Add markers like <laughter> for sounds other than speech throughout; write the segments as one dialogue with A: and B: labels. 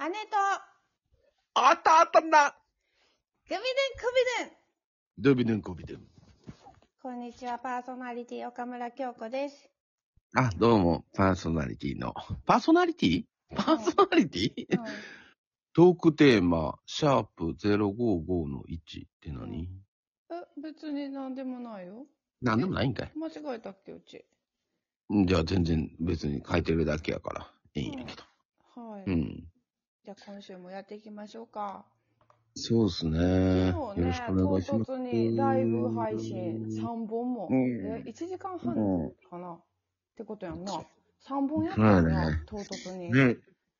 A: 姉と、
B: Atatana.
A: グビデングビデン
B: Dubidun kubidun.
A: こんにちは、パーソナリティ岡村京子 <laughs> です。
B: あ、どうも、パーソナリティの。パーソナリティパーソナリティ、
A: うん
B: トークテーマ、シャープ055の1って何
A: え、別に何でもないよ。
B: なんでもないんかい。
A: 間違えたっけ、うち。
B: じゃあ全然別に書いてるだけやから、ええんやけど。
A: はい。
B: うん。
A: じゃあ今週もやっていきましょうか。
B: そうですね。
A: 昨
B: よ
A: 日
B: ろ
A: ね
B: しく、お
A: 唐
B: 願いします。
A: 突にライブ配信3本も。
B: うん
A: え1時間
B: う
A: 半かな。ってことやんな。3本やった
B: そ
A: ん
B: うや
A: な
B: ね、
A: 唐突に。
B: ん。ね、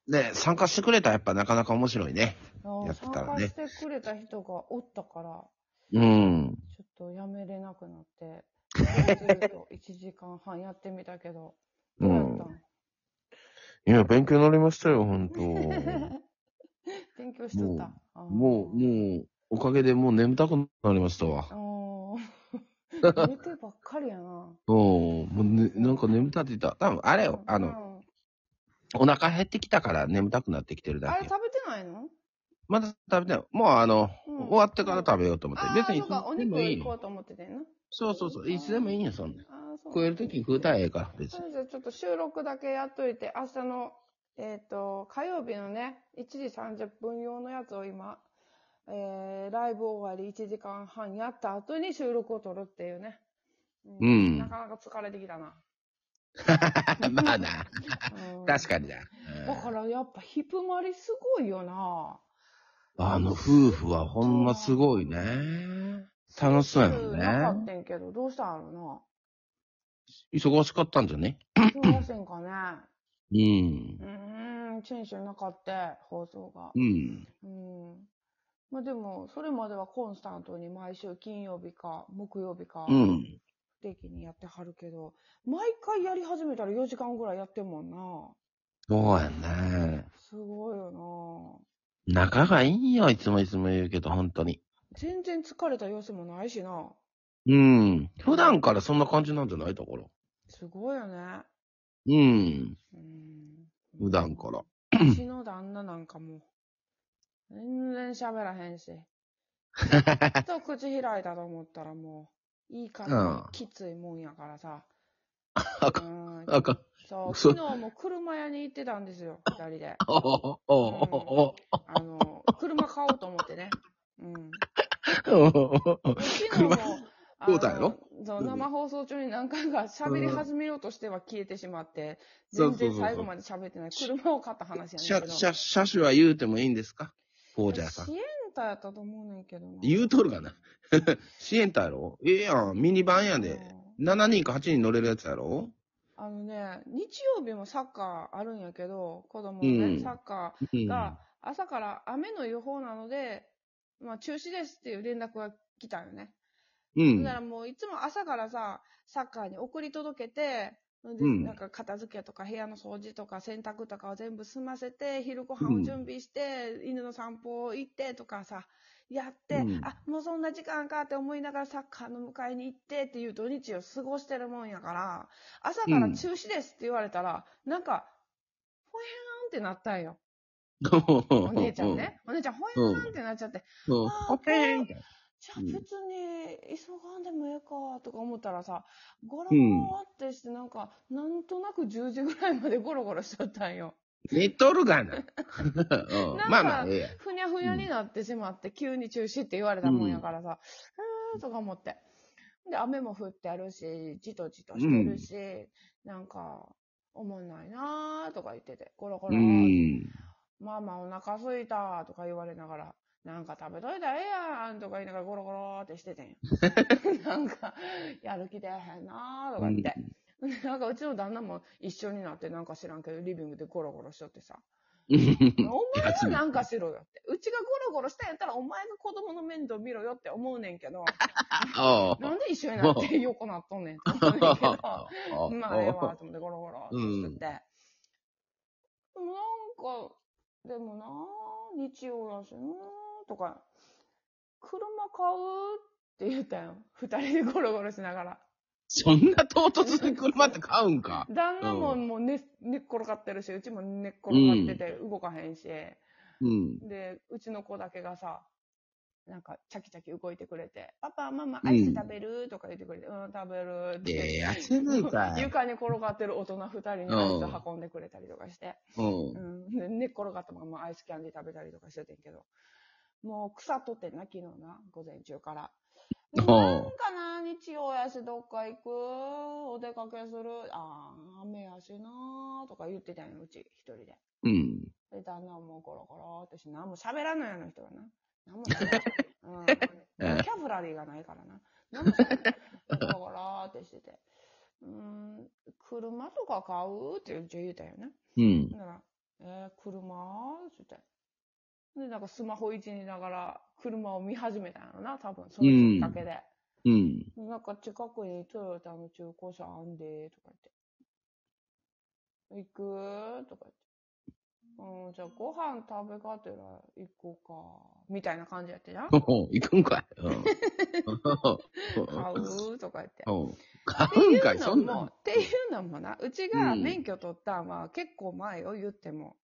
B: ね、参加してくれたらやっぱなかなか面白いね。
A: あ
B: や
A: あ
B: って
A: 参
B: たら
A: 加
B: ね
A: してくれた人がおったから、
B: うん。
A: ちょっとやめれなくな
B: <laughs>
A: って、1時間半やってみたけど、
B: う
A: どうや
B: ん
A: った。ん
B: いや、勉強になりましたよ、本
A: <laughs>
B: 当
A: 勉強しとった。
B: もう、もう、おかげでもう眠たくなりましたわ。
A: もう。ああ。寝てばっかりやな。
B: うん、もう、ね、なんか眠たってた。多分あれよ、あの、
A: の、
B: お腹減ってきたから眠たくなってきてるだ
A: あれ
B: け。
A: 食べてないの
B: まだ食べてない。もうあの、
A: うん
B: 終わってから食べようと思って。
A: あ
B: 別
A: あ、
B: に
A: そうか、お
B: いつで
A: 肉
B: もいい
A: 行こ
B: よ。
A: うと思っててんな。
B: そうそうそう、いつでもいいんよ、そんな。
A: ああ、そう
B: 食えるとき食うたらええから、別
A: そ
B: に。
A: れじゃあちょっと収録だけやっといて、明日の、えっ、と、火曜日のね、1時30分用のやつを今、えー、ライブ終わり1時間半やった後に収録を撮るっていうね。う
B: うん
A: なかなか疲れてきたな。
B: <laughs> まあな、
A: うん
B: 確かにな。
A: だからやっぱヒプマリすごいよな。
B: あの夫婦はほんますごいね。楽しそうやもん
A: なかっ
B: ね。
A: たんけど、どうしたんやろ
B: 忙しかったんじゃね <laughs>
A: な。すいませんかね。
B: うん
A: う。ーん、先週なかった、放送が。
B: うん。
A: うん。まあでも、それまではコンスタントに毎週金曜日か木曜日か
B: うん。
A: 不定期にやってはるけど、毎回やり始めたら4時間ぐらいやってんもんな。
B: そうやね。
A: すごいよ
B: 仲がいいんよ、いつもいつも言うけど、本当に。
A: な。全然疲れた様子もないしな。
B: うん。普段からそんな感じなんじゃないだから。
A: すごいよね。
B: うん。
A: うん。
B: 普段から。
A: うちの旦那なんかもう、全然喋らへんし。やっと口開いたと思ったらもう、いい感じ
B: うん
A: にきついもんやからさ。
B: あか
A: うん
B: あかん。
A: そう、
B: そう
A: 昨日も車屋に行ってたん
B: <laughs>
A: ですよ、二人で。
B: おおおお
A: あの、車買おうと思ってね。うん。
B: おお
A: で昨日も
B: 車、
A: あ
B: 買うたんやろ
A: のそう、生放送中に何回か喋り始めようとしては消えてしまって、
B: うん
A: 全然最後まで喋ってない。車を買った話や
B: 車
A: ねんけど。
B: 車車種は言うてもいいんですかフォージャーさん
A: シ。エンタやったと思うねんけどな。
B: 言うとるがな。シエンタやろええやん。ミニバンやで。7人か8人乗れるやつやろ
A: あのね、日曜日もサッカーあるんやけど、子供のね、
B: うん
A: サッカー、
B: うん。
A: が、朝から雨の予報なので、まあ中止ですっていう連絡が来たよね。
B: う
A: だ
B: ん
A: か。らもういつも朝からさ、サッカーに送り届けて、で
B: うん
A: なんか片付けとか部屋の掃除とか洗濯とかを全部済ませて、昼ご飯を準備して、犬の散歩行ってとかさ、やって、
B: うん
A: あ、もうそんな時間かって思いながらサッカーの迎えに行ってっていう土日を過ごしてるもんやから、朝から中止ですって言われたら、なんか、ほへーんってなったんよ。お姉ちゃんね。お姉ちゃん、ほやーんってなっちゃって、
B: うん。
A: あ
B: オッケー
A: じゃあ別に急がんでもええか、とか思ったらさ、ゴロゴロってして、なんか、なんとなく10時ぐらいまでゴロゴロしちゃったんよ。
B: 寝とるがな。うん
A: なんか
B: まあまあ、ええやん。
A: ふにゃふにゃになってしまって、急に中止って言われたもんやからさ、うーんとか思って。で、雨も降ってあるし、じとじとしてるし、なんか、思んないなーとか言ってて、ゴロゴロー
B: う
A: って
B: ん。
A: まあまあお腹すいたとか言われながら、なんか食べといたらええやんとか言いながらゴロゴローってしててんよ。なんか、やる気出えへんなーとか言って。なんかうちの旦那も一緒になってなんか知らんけど、リビングでゴロゴロしとってさ。お前がなんかしろよって。うちがゴロゴロしたんやったらお前が子供の面倒見ろよって思うねんけど、
B: あ
A: なんで一緒になって横なっとんねんって思うねんけど。
B: あ。
A: まあ、ええわ、と思ってゴロゴロっとしてて。でもなんか、でもなあ、日曜だしなあとか、車買うって言ったよ。二人でゴロゴロしながら。
B: そんな唐突に車って買うんか。
A: 旦那も
B: う
A: もう寝、寝っ転がってるし、うちも寝っ転がってて動かへんし。
B: うん。
A: で、うちの子だけがさ、なんか、チャキチャキ動いてくれて、パパ、ママ、
B: うん
A: アイス食べるとか言ってくれて、うん、食べるって。
B: ええ痩せないか
A: <laughs>
B: い。
A: 床に転がってる大人二人にアイス運んでくれたりとかして、
B: うん
A: う。ん、で寝っ転がったままアイスキャンディー食べたりとかしててんけど、もう草取ってな、昨日な、午前中から。
B: お
A: なん
B: う
A: かな、日曜やし、どっか行く、お出かけする、あー、雨やしなーとか言ってたんよ、うち、一人で。
B: うん。
A: で、旦那はもうゴロゴロってし、なんも喋らんのや、あの人はな。なんも喋らん。うん。キャブラリーがないからな。なんも喋らん。ゴロゴロってしてて。うーん、車とか買うってうち言うたよな。
B: うん。
A: だから、えー、車って言って。で、なんかスマホいじりながら、車を見始めたんやろな、多分。そのきっかけで。
B: うん。
A: なんか近くにトヨタの中古車あんで、とか言って。行くとか言って。うん、じゃあご飯食べがてら行こうか。みたいな感じやってな。
B: ほほ、行くんかい。うん。
A: 買うとか言って。
B: うん。買
A: って
B: うん
A: い
B: か
A: う
B: い、
A: の
B: そんな
A: も
B: ん、。
A: っていうのもな、うちが
B: うん
A: 免許取ったんは結構前よ、言っても。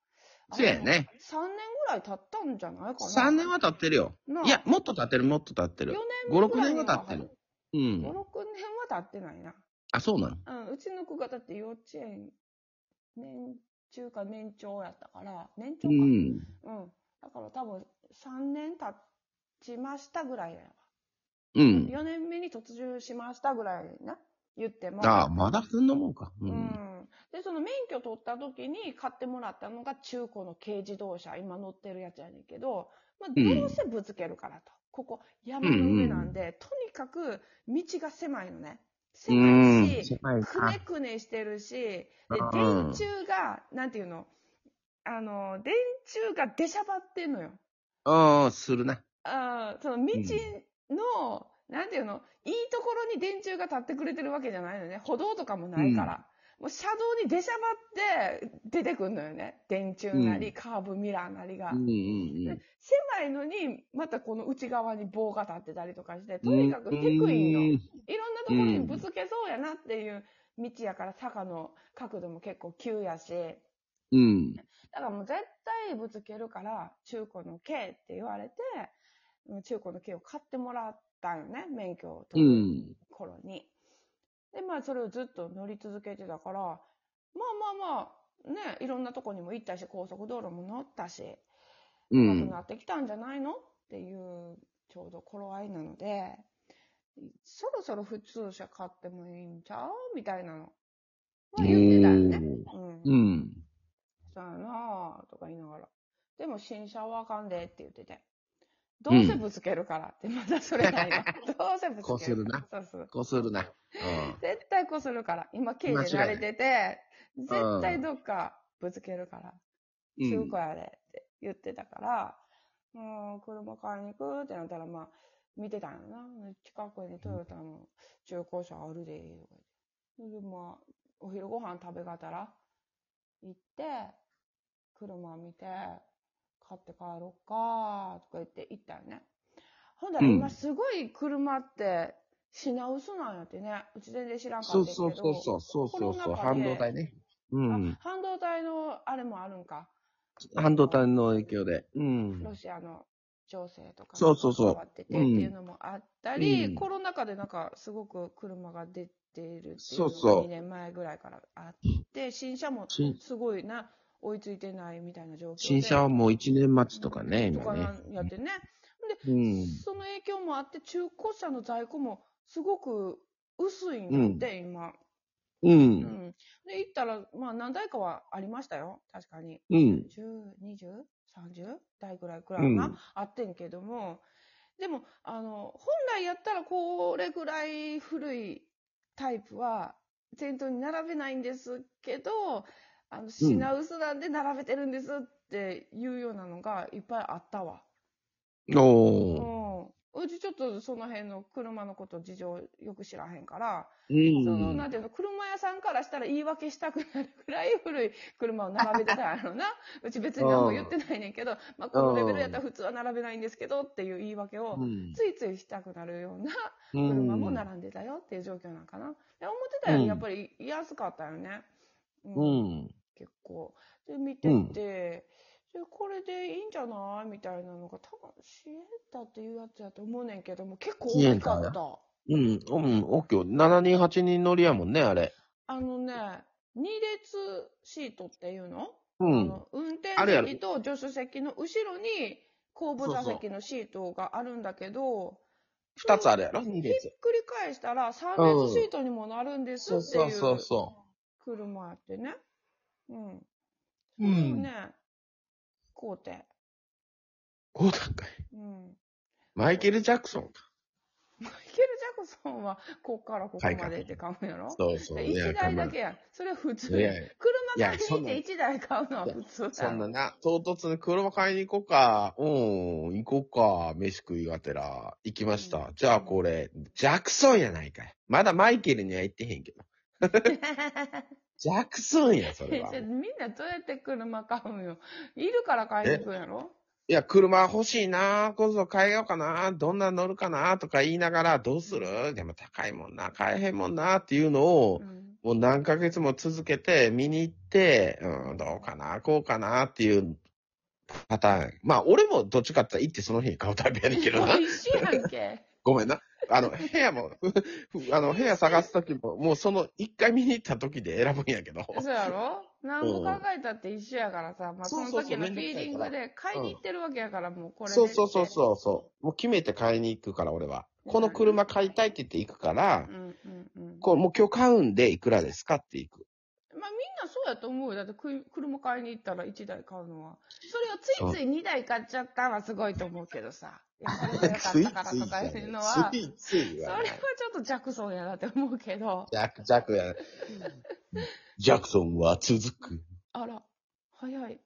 B: そうやね。
A: 3年ぐらい経ったんじゃないかな。
B: 3年は経ってるよ。
A: ない
B: や、もっと経ってる、もっと経って
A: 4
B: る。
A: 年
B: 5、6
A: ぐらい
B: 年
A: に
B: は経ってる。。う
A: 5、6年
B: ん。
A: は経ってないな。
B: あ、そうなの
A: うん、うちの子がだって幼稚園、年中か年長やったから、年長
B: う
A: か。うん。
B: ん。
A: だから多分3年経ちましたぐらいやわ。
B: うん。
A: 4年目に突入しましたぐらいな。言っても。
B: ああ、まだそんなもんか。う。
A: うんん。で、その免許取った時に買ってもらったのが中古の軽自動車、今乗ってるやつやねんけど、まあ、
B: うん
A: どうせぶつけるからと。ここ、山の上なんで、とにかく道が狭いのね。
B: う
A: 狭い
B: ん。
A: し、
B: 狭い
A: く
B: か
A: ね。くねしてるし、で、
B: うん
A: 電柱が、なんていうのあの、電柱が出しゃばってんのよ。
B: うん、するな。
A: あーその道の、なんていうの、いいところに電柱が立ってくれてるわけじゃないのね。歩道とかもないから。もう車道に出しゃばって出てくんのよね。電柱なり、
B: うん
A: カーブミラーなりが。
B: うんうん
A: で狭いのに、またこの内側に棒が立ってたりとかして、
B: うん。
A: とにかく低いんよ。
B: うん
A: いろんなところにぶつけそうやなっていう道やから、坂の角度も結構急やし。
B: うん。
A: だからもう絶対ぶつけるから、中古の軽って言われて、うん中古の軽を買ってもらったんよね、免許を
B: う
A: 取る
B: ん。
A: 頃に。で、まあそれをずっと乗り続けてたから、まあまあまあ、ね、いろんなとこにも行ったし、高速道路も乗ったし、
B: う
A: 上手く
B: ん。
A: なってきたんじゃないのっていう、ちょうど頃合いなので、そろそろ普通車買ってもいいんちゃうみたいなの。は言ってたよね。うん
B: うん。
A: そうやなぁ、とか言いながら。でも新車はあかんでって言ってて。どうせぶつけるからって、またそれ <laughs> だよ。どうせぶつけるから。そうそう。
B: こうするな。
A: 絶対こするから。今、軽で慣れてて、絶対どっかぶつけるから。
B: う
A: 中
B: ん。
A: 古やでって言ってたから、うん、車買いに行くってなったら、まあ、見てたんやな。近くにトヨタの中古車あるで、とか言って。で、まあ、お昼ご飯食べがたら、行って、車見て、買って帰ろうか、とか言って行ったよね。ほんだら
B: うん
A: 今すごい車って品薄なんやってね。うち全然知らんかった
B: そ
A: ん
B: う
A: やけど。
B: そうそうそう。そうそうそう。半導体ね。う
A: あ
B: ん。
A: 半導体のあれもあるんか。
B: 半導体の影響で。うん。
A: ロシアの情勢とか
B: そうそうそう
A: 変わっててっていうのもあったり、
B: うん
A: コロナ禍でなんかすごく車が出ているっていう
B: そ
A: の
B: う
A: が
B: そう
A: 2年前ぐらいからあって、新車も
B: 新
A: すごいな、追いついてないみたいな状況で。
B: 新車はもう1年待ちとかね、
A: と
B: 今
A: かな
B: ね。
A: んやってね。
B: うん。
A: その影響もあって、中古車の在庫もすごく薄いんだって、今。
B: う。
A: うんん。で、行ったら、まあ何台かはありましたよ、確かに。
B: うん。
A: 10,20,30代ぐらいくらいかな、
B: うん
A: あってんけども、でも、あの、本来やったらこれぐらい古いタイプは店頭に並べないんですけど、あの、品薄なんで並べてるんですっていうようなのがいっぱいあったわ。う
B: お
A: ん。
B: ー。
A: うちちょっとその辺の車のこと事情よく知らへんから、
B: う。
A: その、なんんていうの、車屋さんからしたら言い訳したくなるくらい古い車を並べてたんや
B: <laughs>
A: ろな。うち別に何も言ってないねんけど、まあ、このレベルやったら普通は並べないんですけどっていう言い訳を、
B: うん
A: ついついしたくなるような
B: うん
A: 車も並んでたよっていう状況なんかな。で思ってたよ
B: う
A: り、
B: ん
A: やっぱり安かったよね。
B: う
A: うん
B: ん。
A: 結構。で、見てて、で、これれでいいんじゃないみたいなのが、多分シエンタっていうやつやと思うねんけども、結構大きか
B: シエ
A: っ
B: ンタ
A: た。
B: うん、うん、オッケー。7人、8人乗りやもんね、あれ。
A: あのね、2列シートっていうの,、
B: う
A: あ
B: ん。
A: の運転
B: あるやろ
A: 席と助手席の後ろに後部座席のシートがあるんだけど、
B: 2つあるやろ、
A: ひっ
B: 2列。
A: くり返したら3列シートにもなるんです
B: そう
A: って
B: そう
A: い
B: そううそ
A: 車やってね。うん。
B: う。
A: で
B: う
A: も
B: ん
A: ね。、こうて。
B: こうだんかい。
A: うん。
B: マイケル・ジャクソンか。
A: マイケル・ジャクソンはこっからここまでって買うんやろ
B: そうそう。いや
A: 1台だ
B: か
A: けやん。それは普通
B: まんいや
A: やん。車
B: い
A: 借
B: やそんな
A: りに行って1台買うのは普通やん。
B: そんなな、唐突に車買いに行こうか。うん、行こうか。飯食いがてら。行きました。
A: うん
B: じゃあこれ、ジャクソンやないかい。まだマイケルには行ってへんけど。ジャクソンや、
A: <laughs>
B: それは。
A: え
B: い
A: みんなどうやって車買うんよ。いるから買いに行くんやろ
B: や、車欲しいな。こそ買えようかな。どんな乗るかな。とか言いながら、どうするでも高いもんな。買えへんもんな。っていうのを
A: う、ん。
B: もう何ヶ月も続けて、見に行って、うん、どうかな、こうかなっていうパターン。まあ、俺もどっちかって言ったら行ってその日に買うタイプやねんけどな。
A: 一緒やん
B: <laughs>
A: け。
B: ごめんな。あの、部屋も、ふふあの、部屋探すときも、もうその一回見に行ったときで選ぶんやけど。
A: そうやろ何も考えたって一緒やからさ、まあ、そ
B: そう
A: の
B: そうそう
A: 時のフ
B: めんどく
A: ィー
B: さいから
A: リングで買いに行ってるわけやから、もうこれで。
B: そうそうそうそうそう。もう決めて買いに行くから、俺は。この車買いたいって言って行くから
A: う。、んうんうん。
B: こう、もう今日買うんでいくらですかって行く。
A: まあみんなそうやと思うよ。だってく車買いに行ったら1台買うのは。それをついつい2台買っちゃったのはすごいと思うけどさ。いや、これが良かったからとかいうのは、そ
B: つ
A: れ
B: いつい言わ
A: は
B: ない
A: ちょっとジャクソンやなって思うけど。
B: ジャック、ジャックや。ジャクソンは続く。
A: あら、早い。